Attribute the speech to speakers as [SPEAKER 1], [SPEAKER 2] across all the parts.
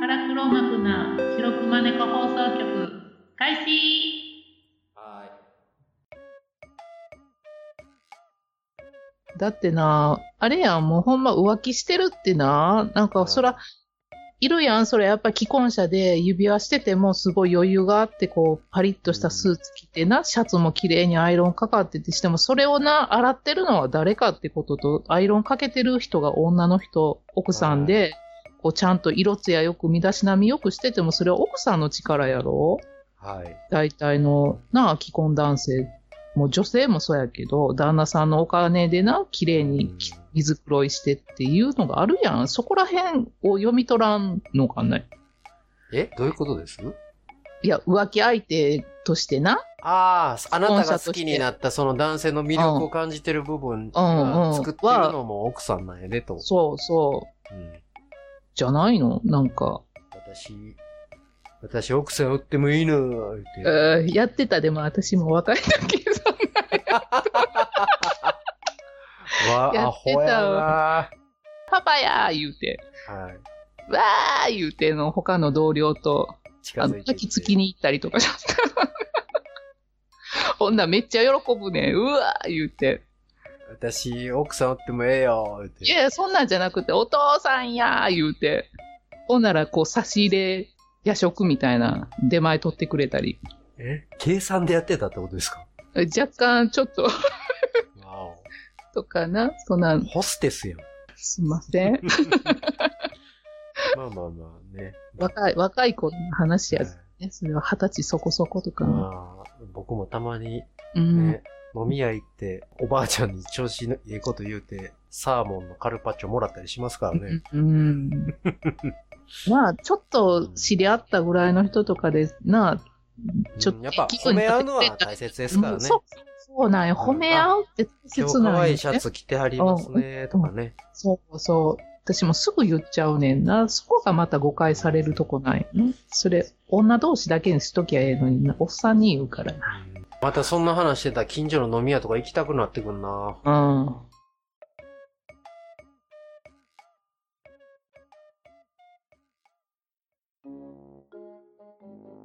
[SPEAKER 1] 腹黒幕な白熊猫放送局開始
[SPEAKER 2] は
[SPEAKER 3] だってな、あれやん、もうほんま浮気してるってな、なん
[SPEAKER 2] う
[SPEAKER 3] か
[SPEAKER 2] ん
[SPEAKER 3] そら、いるやん、それやっぱ既婚者で指輪しててもすごい余裕があって、こう、パリッとしたスーツ着てな、シャツも綺麗にアイロンかかっててしても、それをな、洗ってるのは誰かってことと、アイロンかけてる人が女の人、奥さんで、こう、ちゃんと色艶よく、身だしなみよくしてても、それは奥さんの力やろ
[SPEAKER 2] い。はい。
[SPEAKER 3] 大体のなあ既婚男性もう女性もそうやけど旦那さんのお金でな綺麗にき
[SPEAKER 2] うん
[SPEAKER 3] 水黒いしてっていうのがあるやんそこら辺を読み取らんのかね
[SPEAKER 2] えどういうことです
[SPEAKER 3] いや浮気相手としてな
[SPEAKER 2] ああ、あなた
[SPEAKER 3] 既婚者
[SPEAKER 2] が
[SPEAKER 3] として
[SPEAKER 2] 好きになったその男性の魅力を感じてる部分
[SPEAKER 3] うんうん
[SPEAKER 2] が作ってるのも奥さんなんやでと。
[SPEAKER 3] そうそう
[SPEAKER 2] うん
[SPEAKER 3] じゃないのなんか、
[SPEAKER 2] 私、私奥さん売ってもいいなぁ、って。
[SPEAKER 3] えーやってたでも私も若い時さ
[SPEAKER 2] わ
[SPEAKER 3] や
[SPEAKER 2] あ、ア
[SPEAKER 3] って
[SPEAKER 2] ホ
[SPEAKER 3] たわ
[SPEAKER 2] やな
[SPEAKER 3] パパやー言うて
[SPEAKER 2] ぁはい。
[SPEAKER 3] わー言うての他の同僚と
[SPEAKER 2] 近
[SPEAKER 3] あ
[SPEAKER 2] づ
[SPEAKER 3] の
[SPEAKER 2] いて
[SPEAKER 3] 抱
[SPEAKER 2] いって。
[SPEAKER 3] きつきに行ったりとかしました。 女めっちゃ喜ぶねん。うわー言うて。
[SPEAKER 2] 私、奥さん売ってもええよ、って。
[SPEAKER 3] いやいや、そんなんじゃなくて、お父さんやー言うて。ほんなら、こう、差し入れ、夜食みたいな出前取ってくれたり。
[SPEAKER 2] え計算でやってたってことですか
[SPEAKER 3] 若干、ちょっと、
[SPEAKER 2] わお。
[SPEAKER 3] とかな。そんなん、
[SPEAKER 2] ホステスやん。
[SPEAKER 3] すいませ ん。
[SPEAKER 2] まあまあまあね。
[SPEAKER 3] 若い、若い子の話や
[SPEAKER 2] はい
[SPEAKER 3] ね。それは二十歳そこそことかな。
[SPEAKER 2] まあ、僕もたまに
[SPEAKER 3] うん。
[SPEAKER 2] ね、飲み屋行って、おばあちゃんに調子のええこと言うて、サーモンのカルパッチョもらったりしますからね。
[SPEAKER 3] うん。まあ、ちょっと知り合ったぐらいの人とかで、なあ、ちょっと、
[SPEAKER 2] うんやっぱ褒め合うのは大切ですから
[SPEAKER 3] うん
[SPEAKER 2] ね
[SPEAKER 3] そう。そうなんよ。
[SPEAKER 2] うん
[SPEAKER 3] 褒め合うって大
[SPEAKER 2] 今
[SPEAKER 3] 切
[SPEAKER 2] 日
[SPEAKER 3] なん
[SPEAKER 2] 可
[SPEAKER 3] よ、ね。
[SPEAKER 2] 愛いシャツ着てはりますね、とかね。
[SPEAKER 3] そうそう。私もすぐ言っちゃうねんな。そこがまた誤解されるとこない。んそれ、女同士だけにしときゃええのにな、おっさんに言うから。
[SPEAKER 2] うんまたそんな話してたら近所の飲み屋とか行きたくなってくんな。
[SPEAKER 3] うん。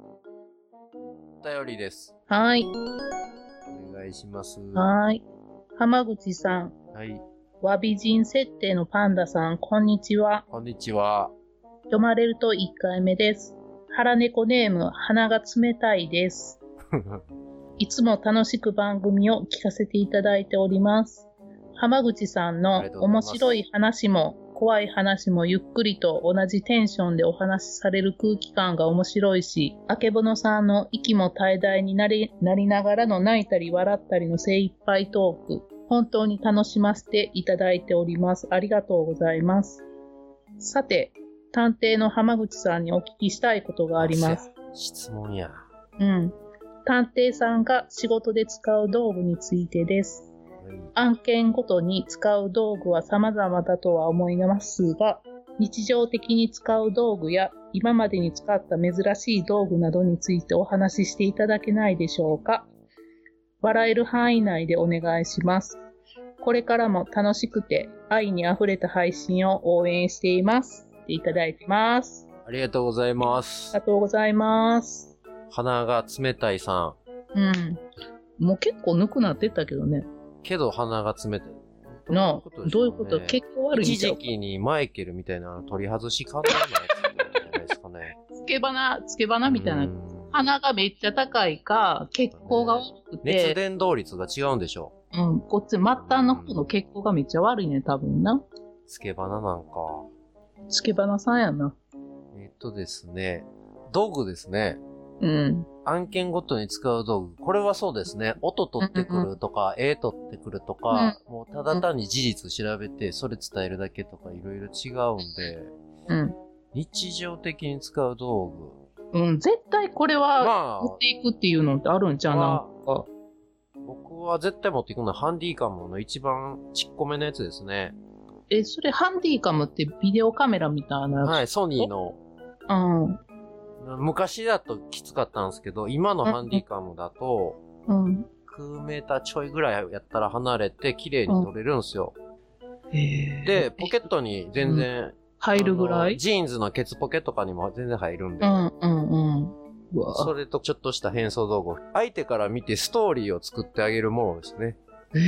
[SPEAKER 2] お便りです。
[SPEAKER 1] はい
[SPEAKER 2] お願いします。
[SPEAKER 1] はい浜口さん
[SPEAKER 2] はい。
[SPEAKER 1] 和美人設定のパンダさんこんにちは
[SPEAKER 2] こんにち は。
[SPEAKER 1] 読まれると1回目です腹猫ネーム鼻が冷たいですいつも楽しく番組を聞かせていただいております。浜口さん
[SPEAKER 2] あ
[SPEAKER 1] の
[SPEAKER 2] りがとうござい
[SPEAKER 1] 面
[SPEAKER 2] ます
[SPEAKER 1] 白い話も怖い話もゆっくりと同じテンションでお話しされる空気感が面白いし、あけぼのさんの息も怠大になりなりながらの泣いたり笑ったりの精一杯トーク、本当に楽しませていただいております。ありがとうございます。さて、探偵の浜口さんにお聞きしたいことがあります。
[SPEAKER 2] 質問や。は
[SPEAKER 1] うん。探偵さんが仕事で使う道具についてです。
[SPEAKER 2] い
[SPEAKER 1] 案件ごとに使う道具は様々だとは思いますが、日常的に使う道具や今までに使った珍しい道具などについてお話ししていただけないでしょうか。笑える範囲内でお願いします。これからも楽しくて愛に溢れた配信を応援しています。っていただいてます。
[SPEAKER 2] ありがとうございま
[SPEAKER 1] あ
[SPEAKER 2] す
[SPEAKER 1] りが。とうございます。
[SPEAKER 2] 鼻が冷たいさ
[SPEAKER 1] うん。
[SPEAKER 3] もう結構ぬくなってったけどね。
[SPEAKER 2] ん。けど鼻が冷たい。
[SPEAKER 1] なあ、
[SPEAKER 2] どういうことでしょうね
[SPEAKER 1] どういうこと結構悪いん
[SPEAKER 2] 一
[SPEAKER 1] じゃ
[SPEAKER 2] 時
[SPEAKER 1] ん。
[SPEAKER 2] 期にマイケルみたいな取り外し可能なやつじゃないですかね。
[SPEAKER 3] つけ花、つけ花みたいな。
[SPEAKER 2] うん
[SPEAKER 3] 鼻がめっちゃ高いか、血行が悪く
[SPEAKER 2] 熱
[SPEAKER 3] て、
[SPEAKER 2] 伝導率が違うんでしょ
[SPEAKER 3] うん、こっち末端の方の血行がめっちゃ悪いね、多分な。
[SPEAKER 2] う。つけ鼻なんか。
[SPEAKER 3] つけ花さんやな。
[SPEAKER 2] えっとですね。道具ですね。
[SPEAKER 3] うん。
[SPEAKER 2] 案件ごとに使う道具。これはそうですね。音取ってくるとか、絵取ってくるとか、もうただ単に事実調べて、それ伝えるだけとかいろいろ違うんで、
[SPEAKER 3] うん。
[SPEAKER 2] 日常的に使う道具。
[SPEAKER 3] うん、絶対これは、
[SPEAKER 2] ま
[SPEAKER 3] 持っていくっていうのってあるんじゃうな
[SPEAKER 2] あ、
[SPEAKER 3] んか。
[SPEAKER 2] 僕は絶対持っていくのはハンディカムの一番ちっこめのやつですね。
[SPEAKER 3] え、それハンディカムってビデオカメラみたいな。
[SPEAKER 2] はい、ソニーの
[SPEAKER 3] うん。
[SPEAKER 2] 昔だときつかったんですけど、今のハンディカムだと、
[SPEAKER 3] うん。
[SPEAKER 2] 9メーターちょいぐらいやったら離れて綺麗に撮れるんですよ。
[SPEAKER 3] へー
[SPEAKER 2] で、ポケットに全然
[SPEAKER 3] 入るぐら
[SPEAKER 2] あ
[SPEAKER 3] い
[SPEAKER 2] のジーンズのケツポケとかにも全然入るん
[SPEAKER 3] う
[SPEAKER 2] で。
[SPEAKER 3] んうんうん。うわ
[SPEAKER 2] それとちょっとした変装道具。相手から見てストーリーを作ってあげるものですね。
[SPEAKER 3] え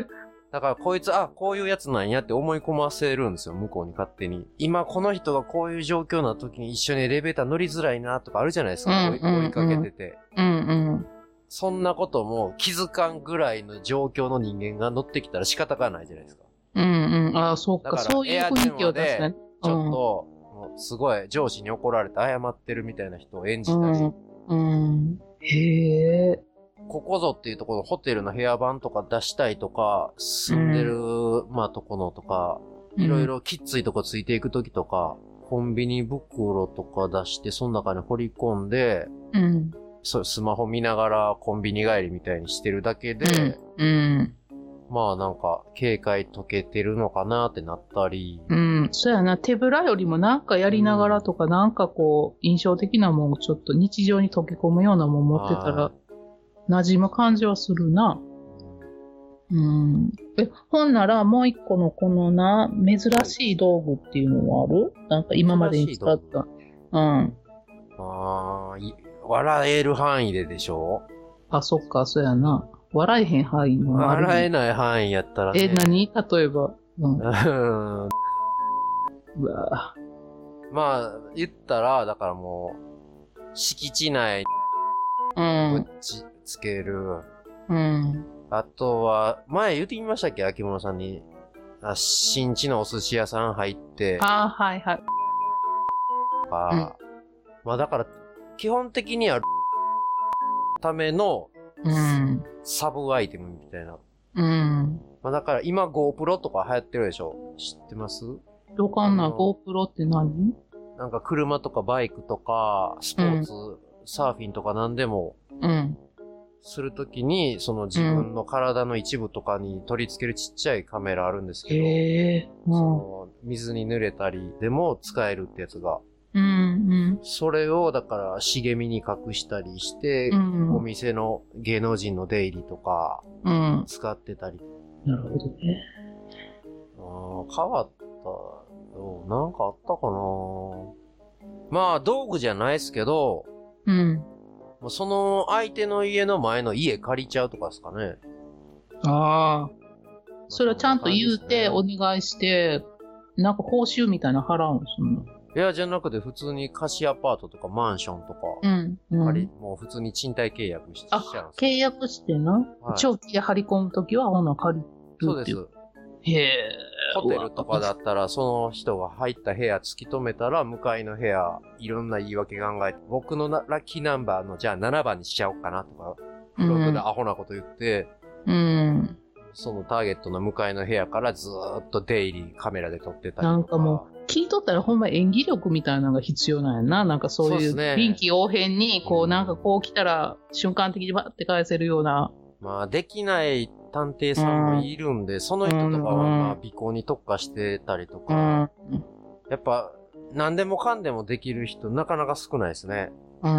[SPEAKER 3] ー
[SPEAKER 2] だからこいつ、あ、こういうやつなんやって思い込ませるんですよ、向こうに勝手に。今この人がこういう状況な時に一緒にエレベーター乗りづらいなとかあるじゃないですか、
[SPEAKER 3] うん
[SPEAKER 2] 追い
[SPEAKER 3] うんうん
[SPEAKER 2] 追いかけてて。
[SPEAKER 3] うん
[SPEAKER 2] そんなことも気づかんぐらいの状況の人間が乗ってきたら仕方がないじゃないですか。
[SPEAKER 3] うん。うんうん。ああ、そう
[SPEAKER 2] だ
[SPEAKER 3] か。
[SPEAKER 2] から
[SPEAKER 3] そういう雰囲気を出す
[SPEAKER 2] エア
[SPEAKER 3] ね。
[SPEAKER 2] ちょっと、もうすごい上司に怒られて謝ってるみたいな人を演じ
[SPEAKER 3] う
[SPEAKER 2] たり、
[SPEAKER 3] ん。うん。うん。へえ。
[SPEAKER 2] ここぞっていうところのホテルの部屋版とか出したいとか、住んでる、まあとこのとか、いろいろきっついとこついていくときとか、コンビニ袋とか出して、その中に掘り込んで、
[SPEAKER 3] うん。
[SPEAKER 2] そう、スマホ見ながらコンビニ帰りみたいにしてるだけで、
[SPEAKER 3] うん。うん。
[SPEAKER 2] まあなんか、警戒解けてるのかなってなったり、
[SPEAKER 3] うん、そうやな、手ぶらよりもなんかやりながらとか、なんかこう、印象的なもんをちょっと日常に溶け込むようなもん持ってた
[SPEAKER 2] あ
[SPEAKER 3] ら、馴染む感じはするな。うん。え、ほんならもう一個のこのな、珍しい道具っていうのはあるなんか今までに使った。うん。
[SPEAKER 2] まあ、い笑える範囲ででしょ
[SPEAKER 3] あ、そっか、そうやな。笑えへん範囲もある。
[SPEAKER 2] 笑えない範囲やったらね。
[SPEAKER 3] え、何例えば。 うん。
[SPEAKER 2] うん
[SPEAKER 3] うわぁ
[SPEAKER 2] まあ、言ったら、だからもう、敷地内
[SPEAKER 3] う
[SPEAKER 2] にぶ
[SPEAKER 3] ん。
[SPEAKER 2] っちつける。
[SPEAKER 3] うん。
[SPEAKER 2] あとは、前言ってみましたっけ秋物さんに。あ新地のお寿司屋さん入って、と
[SPEAKER 3] あーはいはい。
[SPEAKER 2] か。まあだから、基本的には、ための
[SPEAKER 3] うん。
[SPEAKER 2] サブアイテムみたいな。
[SPEAKER 3] うん。
[SPEAKER 2] まあだから、今 GoPro とか流行ってるでしょ知ってます
[SPEAKER 3] どかんな
[SPEAKER 2] あ
[SPEAKER 3] い
[SPEAKER 2] の
[SPEAKER 3] GoPro って何
[SPEAKER 2] なんか車とかバイクとか、スポーツ、サーフィンとか何でも、
[SPEAKER 3] うん。
[SPEAKER 2] するときに、その自分の体の一部とかに取り付けるちっちゃいカメラあるんですけど、
[SPEAKER 3] へえ。
[SPEAKER 2] そ
[SPEAKER 3] うん。
[SPEAKER 2] の水に濡れたりでも使えるってやつが、
[SPEAKER 3] うん。
[SPEAKER 2] それをだから茂みに隠したりして
[SPEAKER 3] う、
[SPEAKER 2] お
[SPEAKER 3] ん。
[SPEAKER 2] 店の芸能人の出入りとか
[SPEAKER 3] うん。
[SPEAKER 2] 使ってたり、
[SPEAKER 3] なるほどね。
[SPEAKER 2] あー変わったよ。なんかあったかなまあ道具じゃないですけど、
[SPEAKER 3] うん。
[SPEAKER 2] もうその相手の家の前の家借りちゃうとかですかね。
[SPEAKER 3] ああ。それはちゃんと言うて、
[SPEAKER 2] まあ
[SPEAKER 3] お願いして、なんか報酬みたいなの払うんそんな。
[SPEAKER 2] いや、じゃなくて普通に貸しアパートとかマンションとか、
[SPEAKER 3] うん。
[SPEAKER 2] 借りもう普通に賃貸契約ししちゃ
[SPEAKER 3] あ
[SPEAKER 2] うん、ですよ
[SPEAKER 3] 契約してな。
[SPEAKER 2] はい
[SPEAKER 3] 長期で張り込むときは、ほな借りるってい
[SPEAKER 2] そう
[SPEAKER 3] う。
[SPEAKER 2] です。
[SPEAKER 3] へえ。
[SPEAKER 2] ホテルとかだったら、その人が入った部屋突き止めたら、向かいの部屋、いろんな言い訳考えて、僕のなラッキーナンバーの、じゃあ7番にしちゃおうかなとか、
[SPEAKER 3] う
[SPEAKER 2] ブログで
[SPEAKER 3] ん。
[SPEAKER 2] アホなこと言って、
[SPEAKER 3] うん。
[SPEAKER 2] そのターゲットの向かいの部屋からずーっと出入りカメラで撮ってたりとか。
[SPEAKER 3] なんかもう、聞いとったらほんま演技力みたいなのが必要なんやな。なんかそう
[SPEAKER 2] そうっ
[SPEAKER 3] い
[SPEAKER 2] す
[SPEAKER 3] う
[SPEAKER 2] ね
[SPEAKER 3] 臨機応変に、こ
[SPEAKER 2] う
[SPEAKER 3] うんなんかこう来たら瞬間的にバッて返せるような。
[SPEAKER 2] まあ、できない探偵さんもいるんで、その人とかは、まあ、
[SPEAKER 3] うん
[SPEAKER 2] 尾行に特化してたりと
[SPEAKER 3] う
[SPEAKER 2] か、
[SPEAKER 3] ん。
[SPEAKER 2] やっぱ、何でもかんでもできる人、なかなか少ないですね。
[SPEAKER 3] うん。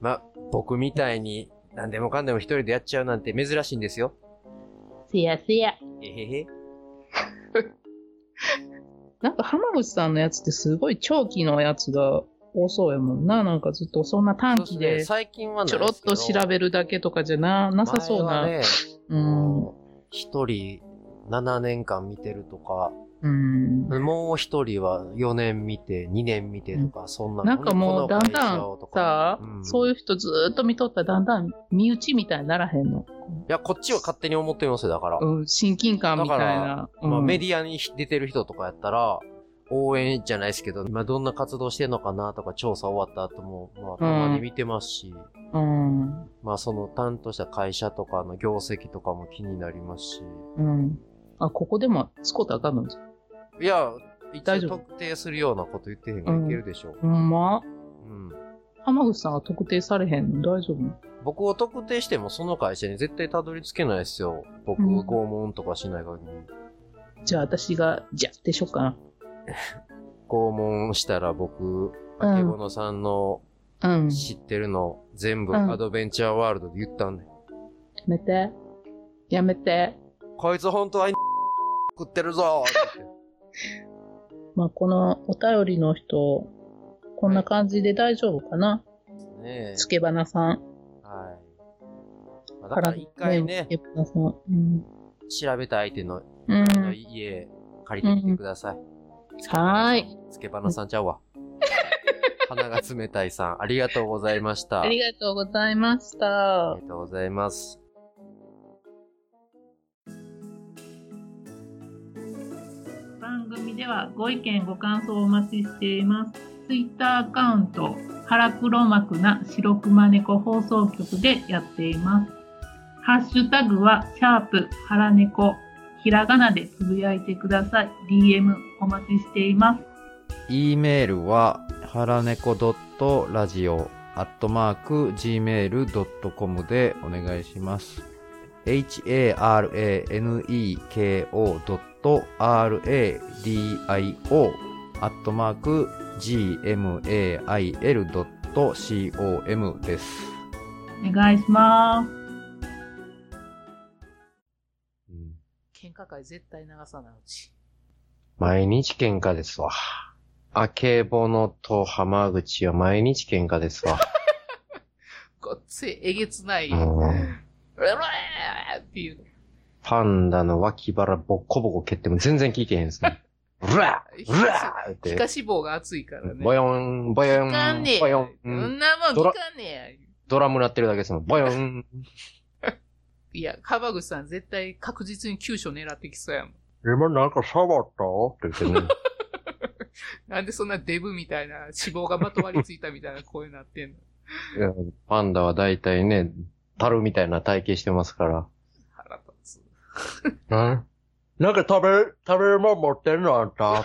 [SPEAKER 2] まあ、僕みたいに、何でもかんでも一人でやっちゃうなんて珍しいんですよ。
[SPEAKER 3] せやせや。
[SPEAKER 2] えへへ。
[SPEAKER 3] なんか浜口さんのやつってすごい長期のやつが多そうやもんな。なんかずっとそんな短
[SPEAKER 2] そうです
[SPEAKER 3] 期
[SPEAKER 2] ね。
[SPEAKER 3] で
[SPEAKER 2] 最近は
[SPEAKER 3] ちょろっと調べ
[SPEAKER 2] る
[SPEAKER 3] るだけとかじゃな、なさそうな。
[SPEAKER 2] ね、
[SPEAKER 3] うん。
[SPEAKER 2] 一人7年間見てるとか、
[SPEAKER 3] うん。
[SPEAKER 2] もう一人は4年見て、2年見てとか、そんな
[SPEAKER 3] なんかもうだんだんさ、そう
[SPEAKER 2] いう。
[SPEAKER 3] いう人ずーっと見とったらだんだん身内みたいにならへんの。
[SPEAKER 2] いや、こっちは勝手に思ってますよ、だから。
[SPEAKER 3] うん、親近感みたい
[SPEAKER 2] だ
[SPEAKER 3] な。うん
[SPEAKER 2] まあ、メディアに出てる人とかやったら、応援じゃないですけど、今どんな活動してんのかなとか調査終わった後も、まあ、たまに見てますし、
[SPEAKER 3] うん。
[SPEAKER 2] まあ、その担当した会社とかの業績とかも気になりますし、
[SPEAKER 3] うん。あ、ここでも使うたらあかんの
[SPEAKER 2] いや、一
[SPEAKER 3] 大
[SPEAKER 2] 応
[SPEAKER 3] 丈夫
[SPEAKER 2] 特定するようなこと言ってへんからいけるでしょう。
[SPEAKER 3] ほんま
[SPEAKER 2] うん。
[SPEAKER 3] 浜口さんが特定されへんの大丈夫
[SPEAKER 2] 僕を特定してもその会社に絶対たどり着けないですよ。僕、
[SPEAKER 3] うん
[SPEAKER 2] 拷問とかしない限り。
[SPEAKER 3] じゃあ私が、じゃってしよっか
[SPEAKER 2] 拷問したら僕、あけぼのさんの
[SPEAKER 3] な。うん。
[SPEAKER 2] 知ってるの全部
[SPEAKER 3] うん
[SPEAKER 2] アドベンチャーワールドで言ったんで。
[SPEAKER 3] やめて。やめて。
[SPEAKER 2] こいつ本当は食ってるぞーって言って
[SPEAKER 1] まあ、このお便りの人、こんな感じで大丈夫かな、
[SPEAKER 2] ね
[SPEAKER 1] つけばなさん。
[SPEAKER 2] はい。まあだから一回ね
[SPEAKER 1] つ、けばなさん。うん。
[SPEAKER 2] 調べた相手の
[SPEAKER 1] う
[SPEAKER 2] の
[SPEAKER 1] ん。
[SPEAKER 2] 家借りてみてください。
[SPEAKER 1] はーい。
[SPEAKER 2] つけばなさんちゃうわ。鼻が冷たいさん、ありがとうございました。
[SPEAKER 1] ありがとうございました
[SPEAKER 2] あり。がとうございます。
[SPEAKER 1] 番組ではご意見ご感想をお待ちしています。ツイッターアカウント「腹黒幕な白熊猫放送局」でやっています。ハッシュタグは「シャープ腹猫」ひらがなでつぶやいてください。DM お待ちしています。
[SPEAKER 2] E メールは、はらねこ .radio アットマーク gmail.com でお願いします。haraneko.radio アットマーク gmail.com です。
[SPEAKER 1] お願いします。
[SPEAKER 3] 喧嘩会絶対流さないうち。
[SPEAKER 2] 毎日喧嘩ですわ。あけぼのと浜口は毎日喧嘩ですわ。
[SPEAKER 3] こっちえげつない。う
[SPEAKER 2] もう
[SPEAKER 3] ららーっていう。
[SPEAKER 2] パンダの脇腹ボッコボコ蹴っても全然効いてへんです ね。うらうらーっ
[SPEAKER 3] 皮
[SPEAKER 2] て
[SPEAKER 3] 下。脂肪が厚いからね。
[SPEAKER 2] ボヨン、ボヨ
[SPEAKER 3] 聞かん
[SPEAKER 2] ン
[SPEAKER 3] ねえ。、
[SPEAKER 2] ボ
[SPEAKER 3] そ
[SPEAKER 2] ヨンうんん。
[SPEAKER 3] なもん聞かんね
[SPEAKER 2] ドラム鳴ってるだけですもん。ボヨン、
[SPEAKER 3] え。いや、川口さん絶対確実に急所狙ってきそうやもん。
[SPEAKER 2] 今なんか触ったって言 ってね。
[SPEAKER 3] なんでそんなデブみたいな脂肪がまとわりついたみたいな声になってんの
[SPEAKER 2] いやパンダは大体ね、樽みたいな体型してますから。
[SPEAKER 3] 腹立つ。
[SPEAKER 2] うんなんか食べる、食べるもん持ってんのあんた。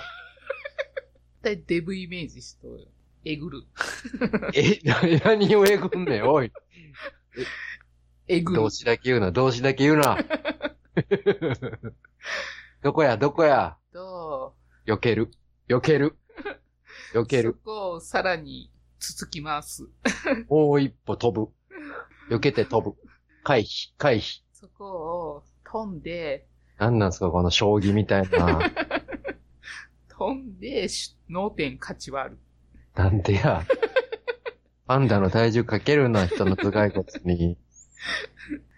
[SPEAKER 3] 絶対デブイメージしとる。えぐる。
[SPEAKER 2] え、 な何をえぐんねん、おい。
[SPEAKER 3] えぐる
[SPEAKER 2] 動。詞だけ言うな、動詞だけ言う な。どこや、どこや。
[SPEAKER 3] と、
[SPEAKER 2] 避ける。避ける。避け
[SPEAKER 3] そ
[SPEAKER 2] る。
[SPEAKER 3] こをさらにつつきます。
[SPEAKER 2] もう一歩飛ぶ。避けて飛ぶ。回避、回避。
[SPEAKER 3] そこを飛んで、
[SPEAKER 2] なんなんすか、この将棋みたいな。
[SPEAKER 3] 飛んで、し脳天勝ち割る。
[SPEAKER 2] なんでや。パンダの体重かけるな、人の頭蓋骨に。